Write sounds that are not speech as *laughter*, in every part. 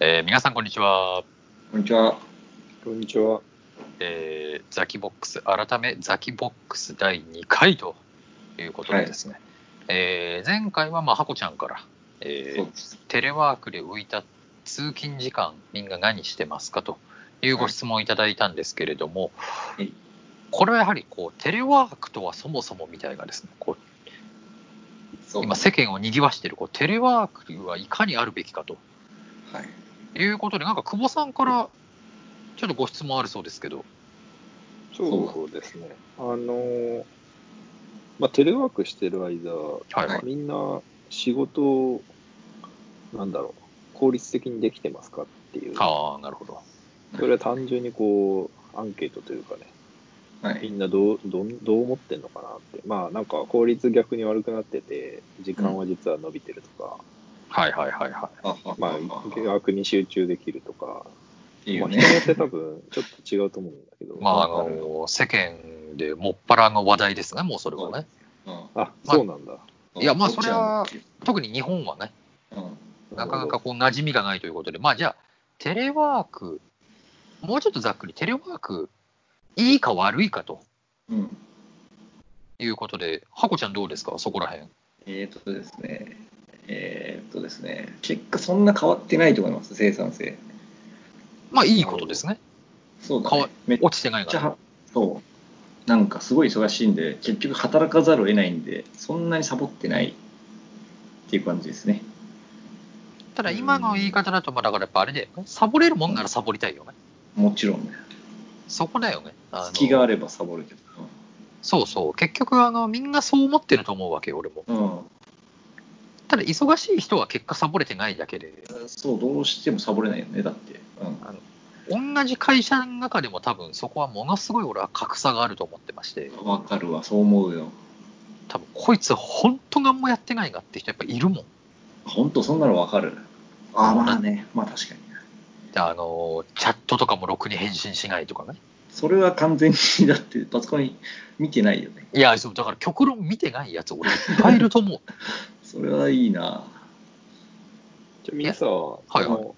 えー皆さんこんにちは、こんにちは。こんにちは。えーザキボックス改めザキボックス第2回ということでですね、えー前回はまあハコちゃんから、えーそうです。テレワークで浮いた通勤時間みんな何してますかというご質問をいただいたんですけれども、はいこれはやはりこうテレワークとはそもそもみたいなですねこうそう今世間を賑わしているこうテレワークはいかにあるべきかとはい。いうことでなんか久保さんからちょっとご質問あるそうですけどそうですね。あのーまあ、テレワークしてる間、はいみんな仕事を、なんだろう、効率的にできてますかっていう、そああなるほどれは単純にこう、アンケートというかね、はみい。んなどうどんどう思ってんのかなって、まあなんか効率逆に悪くなってて、時間は実は伸びてるとか、はいはいはいはああまあ逆に集中できるとか、いいまよあ、人によねっ。て多分ちょっと違うと思うんだけど、い。まあ、あわかるの、世間でもっぱらの話題ですね、もうそれはね。うんあ、そうなんだ。いやまあそれは。どっち特に日本はね、やんなかなかこう、馴染みがないということで、まあじゃあ、テレワーク、もうちょっとざっくり、テレワーク、いいか悪いかとうん。うんいうことで、ハコちゃんどうですか、そこら辺。えーっとですね。えーっとですね。結果そんな変わってないと思います。生産性。まあいいことですね。そうだ変わね。めっ落ちてないかちゃら。は、そう。なんかすごい忙しいんで、結局働かざるを得ないんで、そんなにサボってないっていう感じですね。ただ今の言い方だと、まあだからやっぱあれだよね、サボれるもんならサボりたいよね。もちろんね。そこだよね。あの隙があればサボるけど。そうそう。結局、あの、みんなそう思ってると思うわけよ、俺も。うん。ただ忙しい人は結果サボれてないだけでそう、どうしてもサボれないよね、だって。うん。同じ会社の中でも多分そこはものすごい俺は格差があると思ってましてわかるわ、そう思うよ。多分こいつ本当何もやってないなって人やっぱいるもん本当そんなのわかる。ああ、まあね、まあ確かに。であのチャットとかもろくに返信しないとかねそれは完全に、だってパソコン見てないよね。いやそうだから極論見てないやつ俺いっぱいいると思うそれはいいな。じゃあみんなさ、はいあの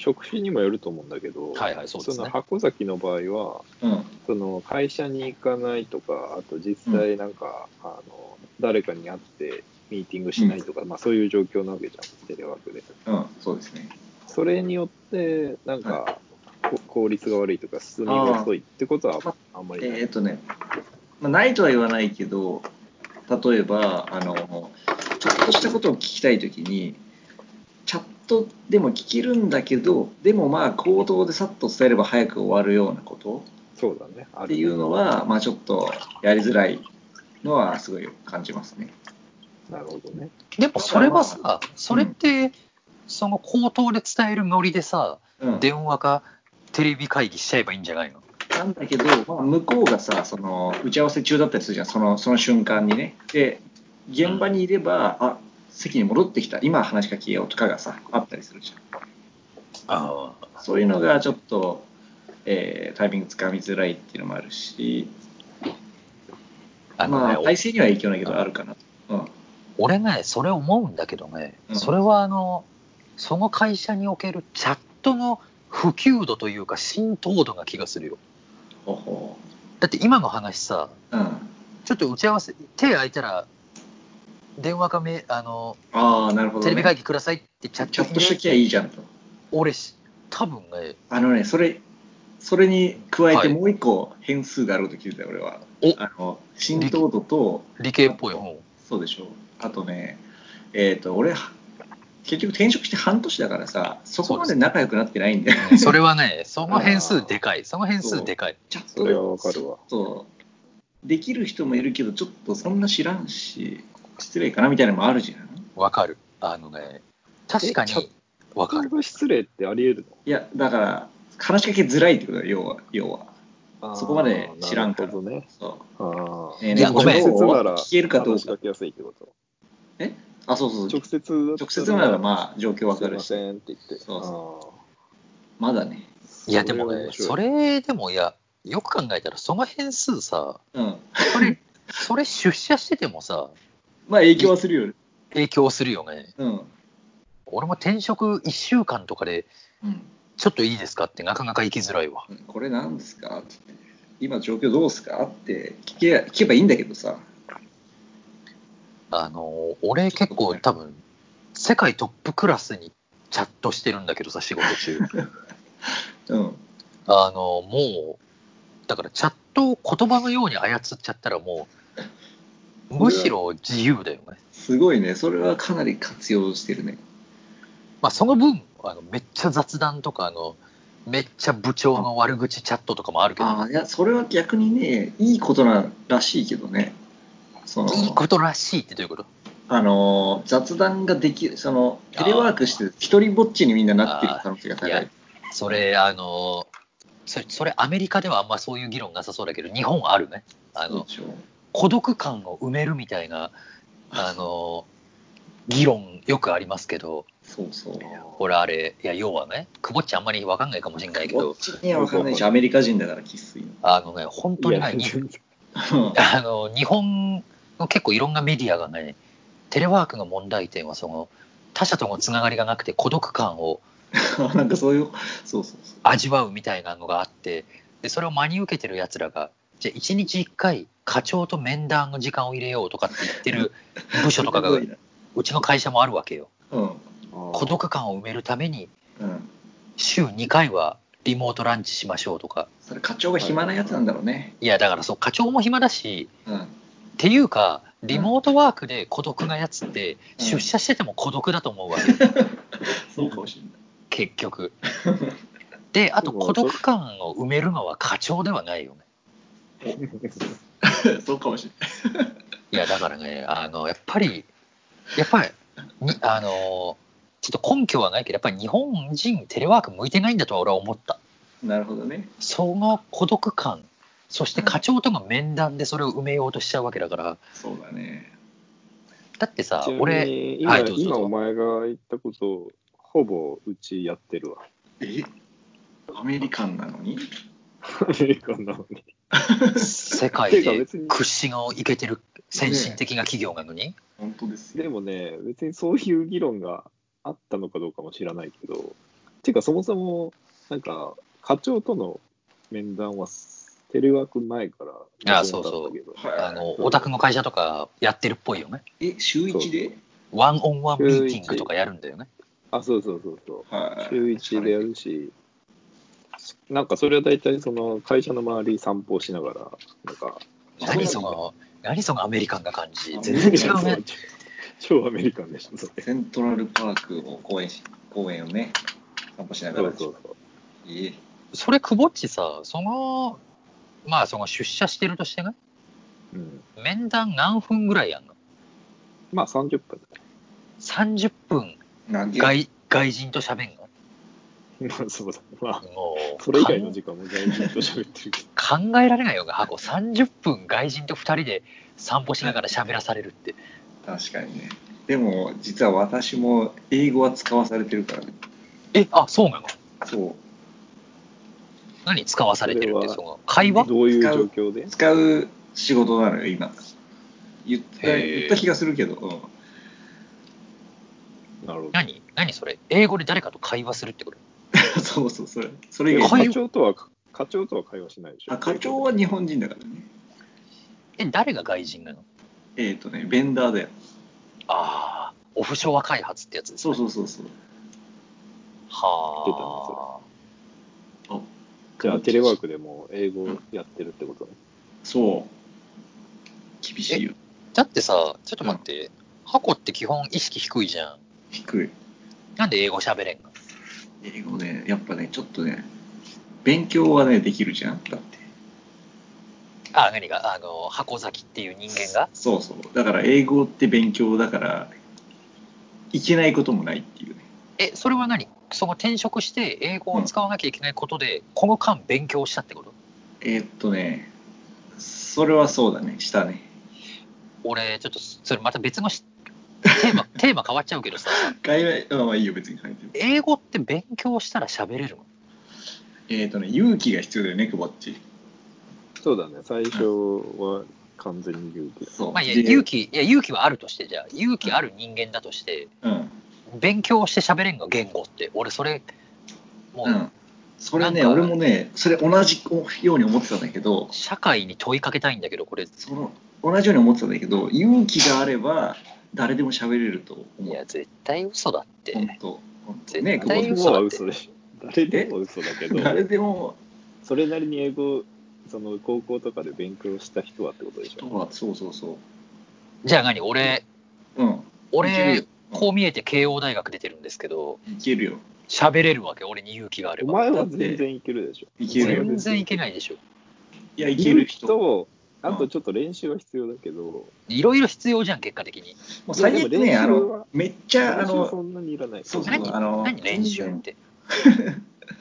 職種にもよると思うんだけど、 *laughs* はいはいそうですねの箱崎の場合は、うん。その会社に行かないとか、あと実際なんか、あの誰かに会ってミーティングしないとか、まあ、そういう状況なわけじゃん、テレワークで。うん、そうですね。それによって、なんか、はこ効率が悪いとか、進みが遅いってことはあんまりない。えーっとね、まあ、ないとは言わないけど、例えば、あの、ちょっとしたことを聞きたいときに、チャットでも聞けるんだけど、でもまあ口頭でさっと伝えれば早く終わるようなことそうだね。あってるいうのは、まあちょっとやりづらいのはすごい感じますね。なるほどね。でもそれはだからさそれってその口頭で伝えるノリでさうん、電話かテレビ会議しちゃえばいいんじゃないのなんだけど、まあ、向こうがさその打ち合わせ中だったりするじゃんそのその瞬間にねで現場にいれば、あ席に戻ってきた今話しかけようとかがさあったりするじああゃんそういうのがちょっと、えータイミングつかみづらいっていうのもあるしあのねまあ体制には影響ないけどあるかなと、うん、俺ね、それ思うんだけどね、うんそれはあの、その会社におけるチャットの普及度というか浸透度な気がするよ。ほほだって今の話さ、ううんちょっと打ち合わせ、手空いたら、電話かめ、あの、ああなるほど、テね、レビ会議くださいってチャッチトャットし入とれきゃいいじゃんと俺し、多分ね、あのね、それ、それに加えはていもう一個変数があること聞いたよ、俺は。おあの、浸透度と、理系っぽい本。そうでしょう。あとね、えっ、と、俺、結局転職して半年だからさ、そこまで仲良くなってないんだよ。うんそれは *laughs* ね、その変数でかい。その変数でかい。チャッそトれはわかるわ。そうできる人もいるけど、ちょっとそんな知らんし、失礼かなみたいなのもあるじゃん。わかる。あのね、確かにえチャッ、わかる。失礼ってあり得るいや、だから、話しかけづらいってことだよ、要は。要は。のそこまで知らんからなるほどね。そあう。あ。ねえいやごめん猫ちゃんどう直接なら聞けるかどう話しかか。けやすいってことえあ、そうそうそう直。接直接ならあまあ状況わかるすいましせんって言ってそうまだねいや、でもね、それれでも、いや、よく考えたら、その変数さ、うんそれ、それ出社しててもさ、まあ影響はするよね影響するよね。うん俺も転職1週間とかで、うんちょっといいですかってなかなか行きづらいわ。うんこれなんですかって今状況どうすかって聞け聞けばいいんだけどさ、あの、俺結構多分、世界トップクラスにチャットしてるんだけどさ、仕事中。うん、あの、もう、だからチャットを言葉のように操っちゃったらもう、むしろ自由だよね。すごいねそれはかなり活用してるねまあその分、あのめっちゃ雑談とか、あの、めっちゃ部長の悪口チャットとかもあるけど、ああいやそれは逆にねいいことならしいけどねそのいいことらしいってどういうことあのー雑談ができるそのテレワークして一人ぼっちにみんななってる可能性がい高やい、それ、あの、それ、それアメリカではあんまそういう議論なさそうだけど、日本あるね。あそうので、しょ孤独感を埋めるみたいな、あの、議論よくありますけど、そうそうほらあれ、いや、要はね、くぼっちあんまりわかんないかもしれないけぼっど、ちには分 *laughs* かんないしアメリカ人だから生粋のあのね、本当にね、いやに全然 *laughs* あの日本の結構いろんなメディアがね、テレワークの問題点はその、他者とのつながりがなくて孤独感をなんかそういうそうそうそう味わうみたいなのがあって、でそれを真に受けてるやつらが、じゃあ1日1回課長と面談の時間を入れようとかって言ってる部署とかが *laughs* すごいなうちの会社もあるわけよ。うん孤独感を埋めるためにうん週2回はリモートランチしましょうとか。それ課長が暇なやつなんだろうねいやだからそう課長も暇だし、うんっていうかリモートワークで孤独なやつってうん出社してても孤独だと思うわけ、そうかもしれない結 *laughs* 局であと孤独感を埋めるのは課長ではないよね *laughs* そうかもしれないやだからねあのやっぱりやっぱりにあのちょっと根拠はないけどやっぱり日本人テレワーク向いてないんだとは俺は思ったい。なるほどね。その孤独感そして課長との面談でそれを埋めようとしちゃうわけだからそうだね。だってさちなみに俺今、はいどうぞどうぞ今お前が言ったこと、ほぼうちやってるわ。えアメリカンなのにアメリカなのに。世界 *laughs* てかで別に、屈指のいけてる先進的な企業なのに、本当ですでよ。もね、別にそういう議論があったのかどうかも知らないけど、てかそもそも、なんか、課長との面談はテレワーク前からあそうそうだったけど、はいあの、オタクの会社とかやってるっぽいよね。え、週一でワンオンワンミーティングとかやるんだよね。あ、そうそうそうそう。はい週一でやるし、なんかそれは大体その会社の周り散歩しながら、なんか、何そそうの、何そのアメリカンな感じ。アメ全然違うね。超アメリカンでしょ、それ。セントラルパークを公園し、公園をね、散歩しながそらうでしそょ。うそう。いいそれ、くぼっちさ、その、まあ、その出社してるとしてね、うん、面談何分ぐらいやんのまあ30分。 ?30 分なんで外、外人と喋んのまあそうだ。まあ、もう、それ以外の時間も外人と喋ってるけど。かん考えられないよね、箱。30分外人と2人で散歩しながら喋らされるって。確かにね。でも、実は私も英語は使わされてるからね。え、あ、そうなのそ何使わされてるっそて、れはその、会話どういう状況でう。使う仕事なのよ、今。言ったへー言った気がするけど、うんなるほど。何何それ英語で誰かと会話するってこと *laughs* そうそう、それ。それ以でも外に会課長とは、課長とは会話しないでしょ。あ課長は日本人だからね。え、誰が外人なのえっ、とね、ベンダーだよ。ああ、オフショア開発ってやつです、そね。うそうそうそう。はあじゃあテレワークでもう英語やってるってことね。そう。厳しいよ。あ。だってさ、ちょっと待って、箱って基本意識低いじゃん。低い。なんで英語喋れんの英語ね、やっぱね、ちょっとね、勉強はね、できるじゃん。だって。あ、何があの、箱崎っていう人間がそうそう。だから、英語って勉強だから、いけないこともないっていうね。え、それは何その転職して英語を使わなきゃいけないことで、この間勉強したってことえーっとね、それはそうだね、したね。俺、ちょっと、それまた別のしテーマ、 *laughs* テーマ変わっちゃうけどさ、外来あまあいいよ、別に書いてる。英語って勉強したら喋れるのえーっとね、勇気が必要だよね、くぼっち。そうだね。最初は完全に勇気だ。そう。まあ、いやで勇気いや勇気はあるとしてじゃあ勇気ある人間だとしてうん。勉強して喋れんが言語って俺それもう、うんそれねなんか俺もねそれ同じように思ってたんだけど社会に問いかけたいんだけどこれその同じように思ってたんだけど勇気があれば誰でも喋れるとい思やう絶対嘘だって本当本当絶ね対久誰保で嘘もだはって嘘でしょ。誰でも嘘だ *laughs* けど君、誰でもそれなりに英語、その高校とかで勉強した人はってことでし人ょ。はそうそうそじゃあ何俺ううんいけるよ俺こう見えて慶応大学出てるんですけどいけるよ喋れるわけ俺に勇気があれおば前は全然いけるでしょ。いけるよ全然いけないでしょいやいける人人もあとちょっと練習は必要だけど、いろいろ必要じゃん結果的にう最悪いねやあでも練習はのめっちゃあ練習はのそんなにいらない。そうそう何あの何練習って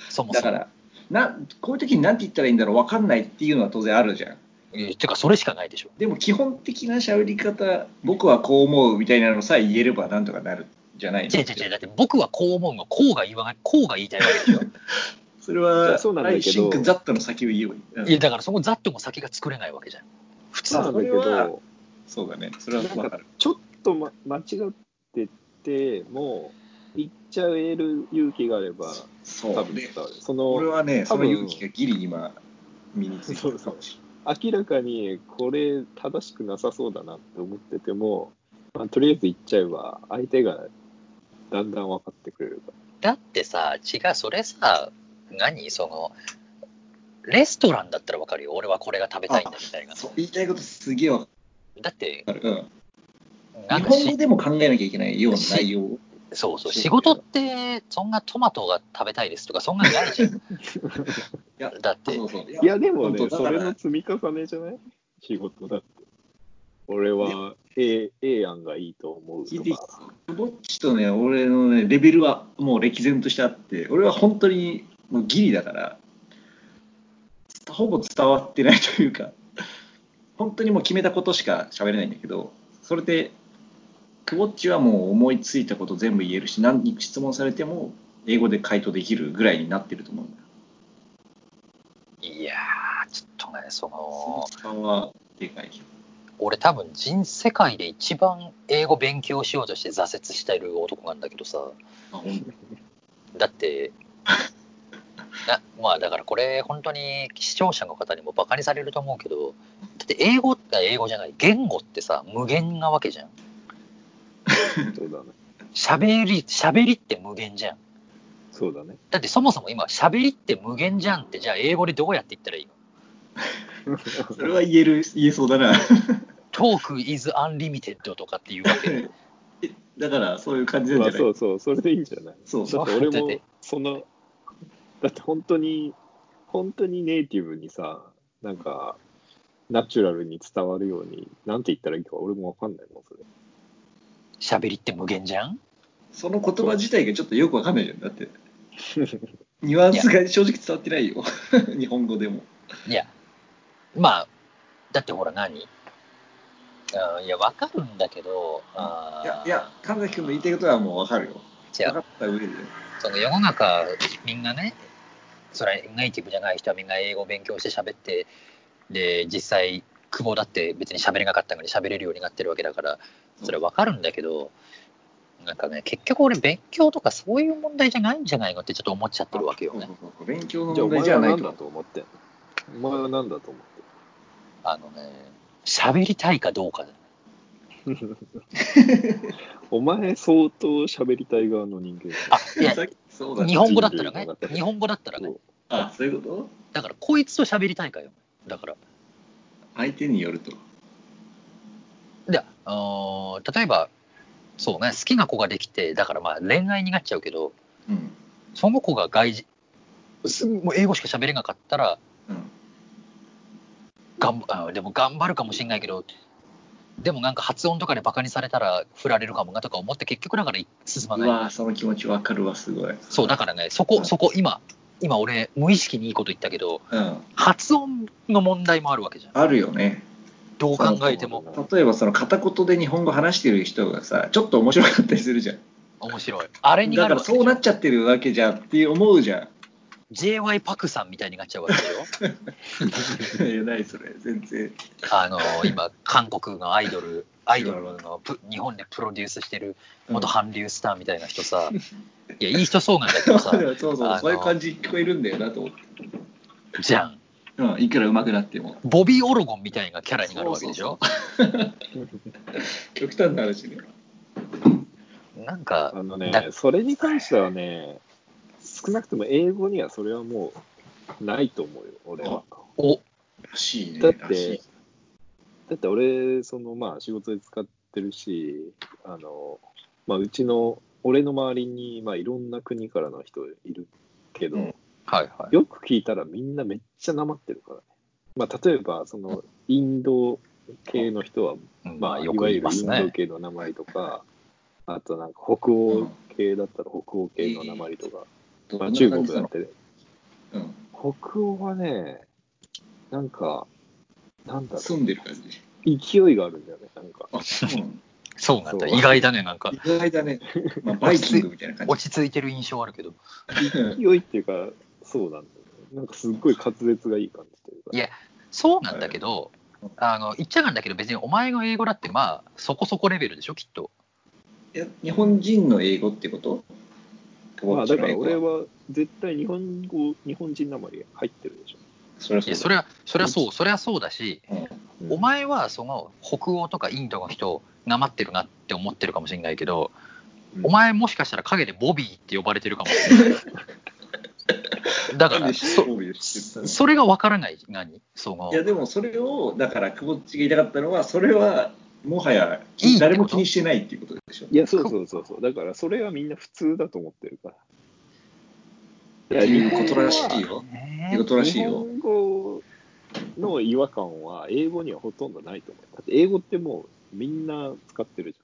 そもだそかもらなこういう時に何て言ったらいいんだろう分かんないっていうのは当然あるじゃんいやてかそれしかないでしょでも基本的な喋り方僕はこう思うみたいなのさえ言えればなんとかなるじゃないの違う違う違うだって僕はこう思うがこうが言わないこうが言いたいわけでし *laughs* ょそれいはやそうなんだけラどイシンクザットの先を言えばいい、うんいやだからそこざっとも先が作れないわけじゃん普通そうなんだけまあそれはど、そうだねそれはな分んかかるちょっと、ま、間違ってても言っちゃえる勇気があればそ多う分で伝わるそ俺のはねそ多の分勇気がギリ今身についてるそう明らかにこれ正しくなさそうだなって思ってても、まあ、とりあえず言っちゃえば相手がだんだん分かってくれるかだってさ違うそれさ何そのレストランだったらわかるよ俺はこれが食べたいんだみたいなそう言いたいことすげえ分だってかる、うんなん日か本し語でも考えなきゃいけないような内容をそうそうそう仕事ってそんなトマトが食べたいですとかそんなんないじゃんやだっそてうそういらいやでもね本当だそかられの積み重ねじゃない仕事だって俺は A, A 案がいいと思う聞いとてかぼっちとね俺のねレベルはもう歴然としてあって俺は本当にもうギリだからほぼ伝わってないというか本当にもう決めたことしか喋れないんだけどそれでくぼっちはもう思いついたこと全部言えるし何質問されても英語で回答できるぐらいになってると思うんだよいやーちょっとねそのその差はでかいけど俺多分人世界で一番英語勉強しようとして挫折してる男なんだけどさあ本当だってなまあだからこれ本当に視聴者の方にもバカにされると思うけどだって英語って英語じゃない言語ってさ無限なわけじゃんそうだね喋り喋りって無限じゃんそうだねだってそもそも今喋りって無限じゃんってじゃあ英語でどうやって言ったらいいのそれは言える言えそうだなトーク is unlimited とかっていうわけでえだからそういう感じなんまじあゃない、そうそうそれでいいんじゃないそうだそそううって俺だっもてそのだって本当に本当にネイティブにさなんかナチュラルに伝わるようになんて言ったらいいか俺もわかんないもんそれ喋りって無限じゃんその言葉自体がちょっとよくわかんないじゃんだって *laughs* ニュアンスが正直伝わってないよ。 *laughs* 日本語でも。いやまあだってほら何あーいやわかるんだけどあーいや、いや、神崎君の言いたいことはもうわかるよ。違う分かった上で。その世の中みんなねそれネイティブじゃない人はみんな英語を勉強して喋ってで実際久保だって別に喋れなかったのに喋れるようになってるわけだからそれはわかるんだけどなんかね結局俺勉強とかそういう問題じゃないんじゃないのってちょっと思っちゃってるわけよねそうそうそう勉強のじゃあお問題じ前ゃなはい何とだ。と思ってんのお前は何だと思あのね喋りたいかどうかってんのお前相当喋りたい側の人間だあ *laughs* いやさっきそうだね日本語だったら人類ねの中で日本語だったらねあ、そういうことだからこいつと喋りたいかよだから相手によると。で、あのー例えばそうね好きな子ができてだからまあ恋愛になっちゃうけどうん。その子が外人すもう英語しか喋れなかったらうん。頑張あでも頑張るかもしれないけどでもなんか発音とかでバカにされたら振られるかもなとか思って結局だから進まうないわぁ、その気持ちわかるわ、すごい。そうだからねそうこんそこ今今俺無意識にいいこと言ったけどうん。発音の問題もあるわけじゃんあるよね。どう考えても例えば、その片言で日本語話してる人がさ、ちょっと面白かったりするじゃん。面白いあれにだなかるらわけ *laughs* そうなっちゃってるわけじゃんって思うじゃん。 JY パクさんみたいになっちゃうわけでしょいやないそれ全然あの今韓国のアイドルアイドルのプ日本でプロデュースしてる元韓流スターみたいな人 *laughs* さ、いやいい人そうなんだけ *laughs* そどうさそうそうあのそういう感じに聞こえるんだよなと思って、じゃんうん、いくら上手くなってもボビー・オロゴンみたいなキャラになるわけでしょ極端な話ねなんかあのねだ、それに関してはね、少なくとも英語にはそれはもうないと思うよ、俺は。おらしいねだっらしいて、だって俺、そのまあ仕事で使ってるし、あの、まあうちの、俺の周りに、まあいろんな国からの人いるけど、うんはいはいよく聞いたらみんなめっちゃなまってるからね。まあ例えば、そのインド系の人はうんままあ、あいよくわ言いゆるまイすンドね系の名前とか、あとなんか北欧系だったら北欧系の名前とか、どんまなあ、感中じ国なだっのて、うん、北欧はね、なんか、なんだろ住んでる感じう、勢いがあるんだよね、なんか。あそうなのそうなんだそう意外だねなんか意外だね、まあ、バイキングみたいな感落ち着いてる印象あるけどじ勢いっていうか、そうなんだよね。なんかすっごい滑舌がいい感じというか。いやそうなんだけど、あの言っちゃなんだけど別にお前の英語だってまあそこそこレベルでしょきっといや日本人の英語ってことまあだから友達俺の英語は絶対日本語、日本人なまり入ってるでしょ。それはいそうやだそれはそれはそうそれはそうだしうんお前はその北欧とかインドの人なまってるなって思ってるかもしれないけど、うんお前もしかしたら陰でボビーって呼ばれてるかもしれないだかなんらでそそういう質問それがわからない何そのいやでもそれをだから久保っちが言いたかったのはそれはもはやいいってこと誰も気にしてないっていうことでしょいや、そうそうそうそう。だから、それはみんな普通だと思ってるから。っていう日本こ語とらしいよねっていうことらしい日よ本語の違和感は英語にはほとんどないと思う。だって英語ってもうみんな使ってるじ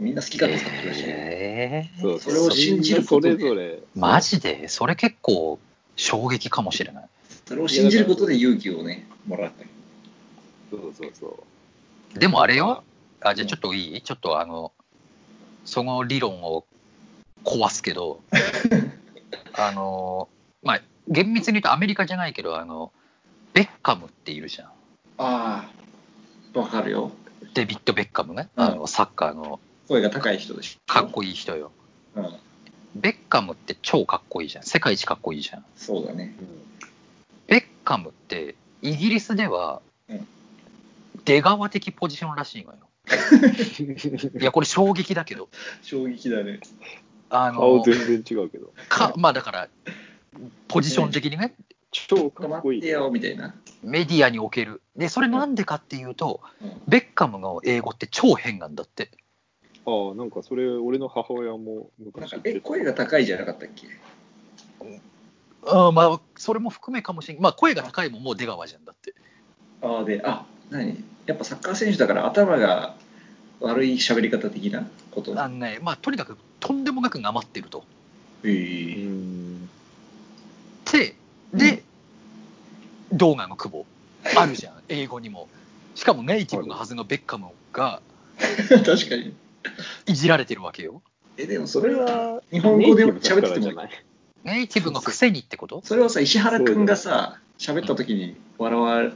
みんな好き勝手使ってるらしいよえゃん。ーそうそれを信じることでみんなそれぞれ。マジでそれ結構衝撃かもしれないそれを信じることで勇気をねもらったそうそうそう。でもあれよあじゃあちょっといいちょっとあのその理論を壊すけ *laughs* どあのまあ厳密に言うとアメリカじゃないけどあのベッカムっているじゃんああわかるよデビッド・ベッカムねうんあのサッカーの声が高い人でしょかっこいい人ようん、ベッカムって超かっこいいじゃん世界一かっこいいじゃんそうだねベッカムってイギリスではうん出川的ポジションらしいのよいやこれ衝撃だけど衝撃だねあ顔の全然違うけど。かまあだからポジション的にね超か止っっこいいて。よみたいな、メディアにおけるでそれなんでかっていうとうんベッカムの英語って超変なんだってああ、なんかそれ、俺の母親もなん昔か言っえてた。声が高いじゃなかったっけあまあそれも含めかもしれないまあ声が高いももう出川じゃんだってああであ何やっぱサッカー選手だから頭が悪い喋り方的なことあのねまあとにかくとんでもなくなまってるとえうーん。でで、動画の久保あるじゃん英語にもしかもネイティブのはずのベッカムが *laughs* 確かにいじられてるわけよえでもそそれれはは、日本語で喋っててもいいない。ネイティブのくせにってことそれはさ石原君がさ喋った時に笑われ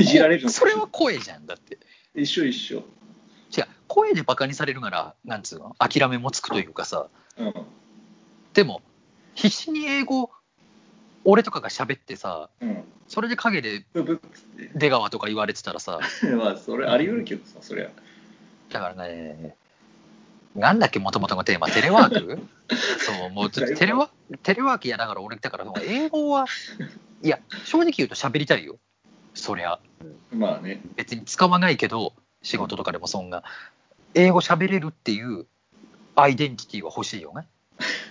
いじられるのそれは声じゃんだって一緒一緒違う声でバカにされるならなんつうの諦めもつくというかさうんでも必死に英語俺とかが喋ってさうんそれで陰でブブ出川とか言われてたらさって *laughs* まあそれあり得るけどさそりゃだからねなんだっけもともとのテーマテレワー *laughs* クそうもうちょっとテレワテレワークいやだから俺だからその英語はいや正直言うと喋りたいよそりゃまあね別に使わないけど仕事とかでもそんな英語喋れるっていうアイデンティティは欲しいよね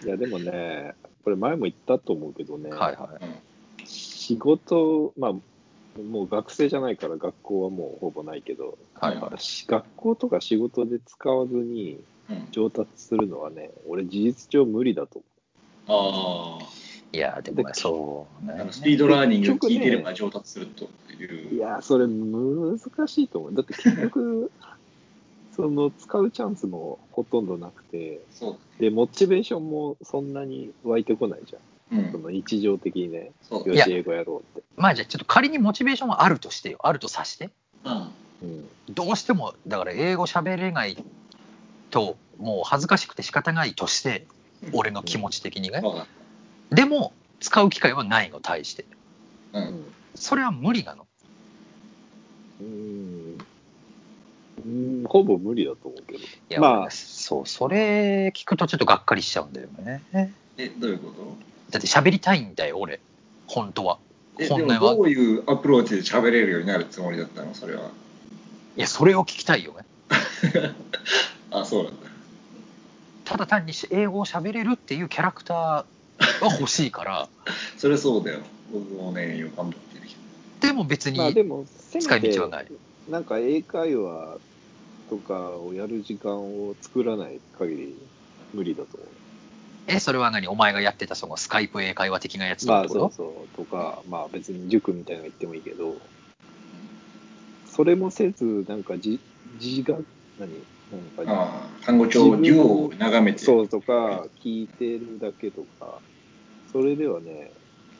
いや、でもね、これ前も言ったと思うけどね。はいはい仕事、まあ、もう学生じゃないから学校はもうほぼないけど、はいはいし学校とか仕事で使わずにうん上達するのはね、俺事実上無理だと思。あいや、でもねそうああねの。スピードラーニングを聞いてれば上達するといういいやー、それ難しいと思う。だって結局、 *laughs* その使うチャンスもほとんどなくて、そで、モチベーションもそんなに湧いてこないじゃん。う。うそん。の日常的にね、そう。よいやし、英語やろうっまあじゃあちょっと仮にモチベーションはあるとしてよあるとさしてうん。て。うん。どうしてもだから英語喋れないともう恥ずかしくて仕方ないとして俺の気持ち的にねそうだ。でも使う機会はないの対してう。うんんそれは無理なのうん。うん、ほぼ無理だと思うけど。いや、まあ俺そうそれ聞くとちょっとがっかりしちゃうんだよねえ、どういうことだって喋りたいんだよ俺本当はえ、で本来もはどういうアプローチで喋れるようになるつもりだったのそれは。いやそれを聞きたいよねあ、そうなんだ。ただ単にし英語を喋れるっていうキャラクターは欲しいからそれそうだよ。僕もね、よく頑張ってるけでど。も別にまあでも、せ使めいて道は、ないなんか英会話とかをやる時間を作らない限り無理だと思う。えそれは何お前がやってたそのスカイプ英会話的なやつってまこあと、そうそうとか、まあ別に塾みたいなの行ってもいいけど、それもせず、なんかじ自が、何なんかああ、単語帳、量を眺めて。そうとか、聞いてるだけとか、それではね、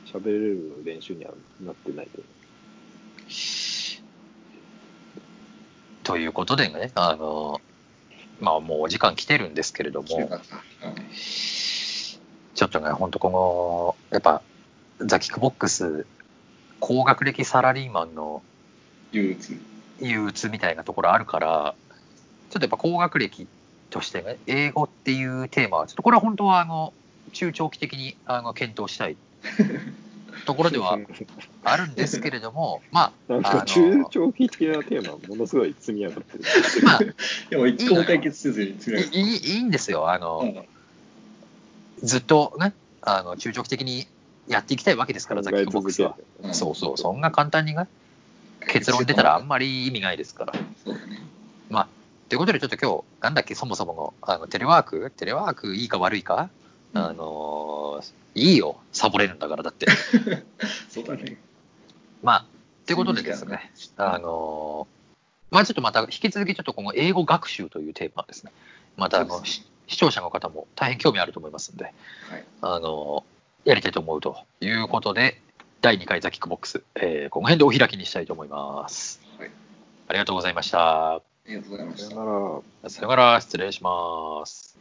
喋れる練習にはなってないと思ということでね、あのまあ、もうお時間来てるんですけれどよも、かった。うんちょっとね、本当、このやっぱ、ザ・キックボックス、高学歴サラリーマンの憂鬱。憂鬱みたいなところあるから、ちょっとやっぱ高学歴としてね、英語っていうテーマは、ちょっとこれは本当はあの中長期的にあの検討 *laughs* したいところではう。あるんですけれども、まあ、 *laughs* なんあのか中長期的なテーマはものすごい積み上がってる。まあ、でも一個も解決せずについらい。いいいんですよ。あの、うんずっとね、あの中長期的にやっていきたいわけですから、ザ・キックボックスは。うんそうそう、そんな簡単にね、結論出たらあんまり意味ないですから。そうだね。まあ、ということで、ちょっと今日、なんだっけ、そもそものあのテレワーク、テレワークいいか悪いか、うんあのーいいよ、サボれるんだから、だっ *laughs* て。そうだね。まあ、ということでですね、あのーまあちょっとまた引き続き、ちょっとこの英語学習というテーマですね、またあそうの、ですし視聴者の方も大変興味あると思いますんで。はい。あの、やりたいと思うということで、第2回ザ・キックボックス、えーこの辺でお開きにしたいと思います。はいありがとうございました。ありがとうございましたさ。よなら。さよなら、失礼します。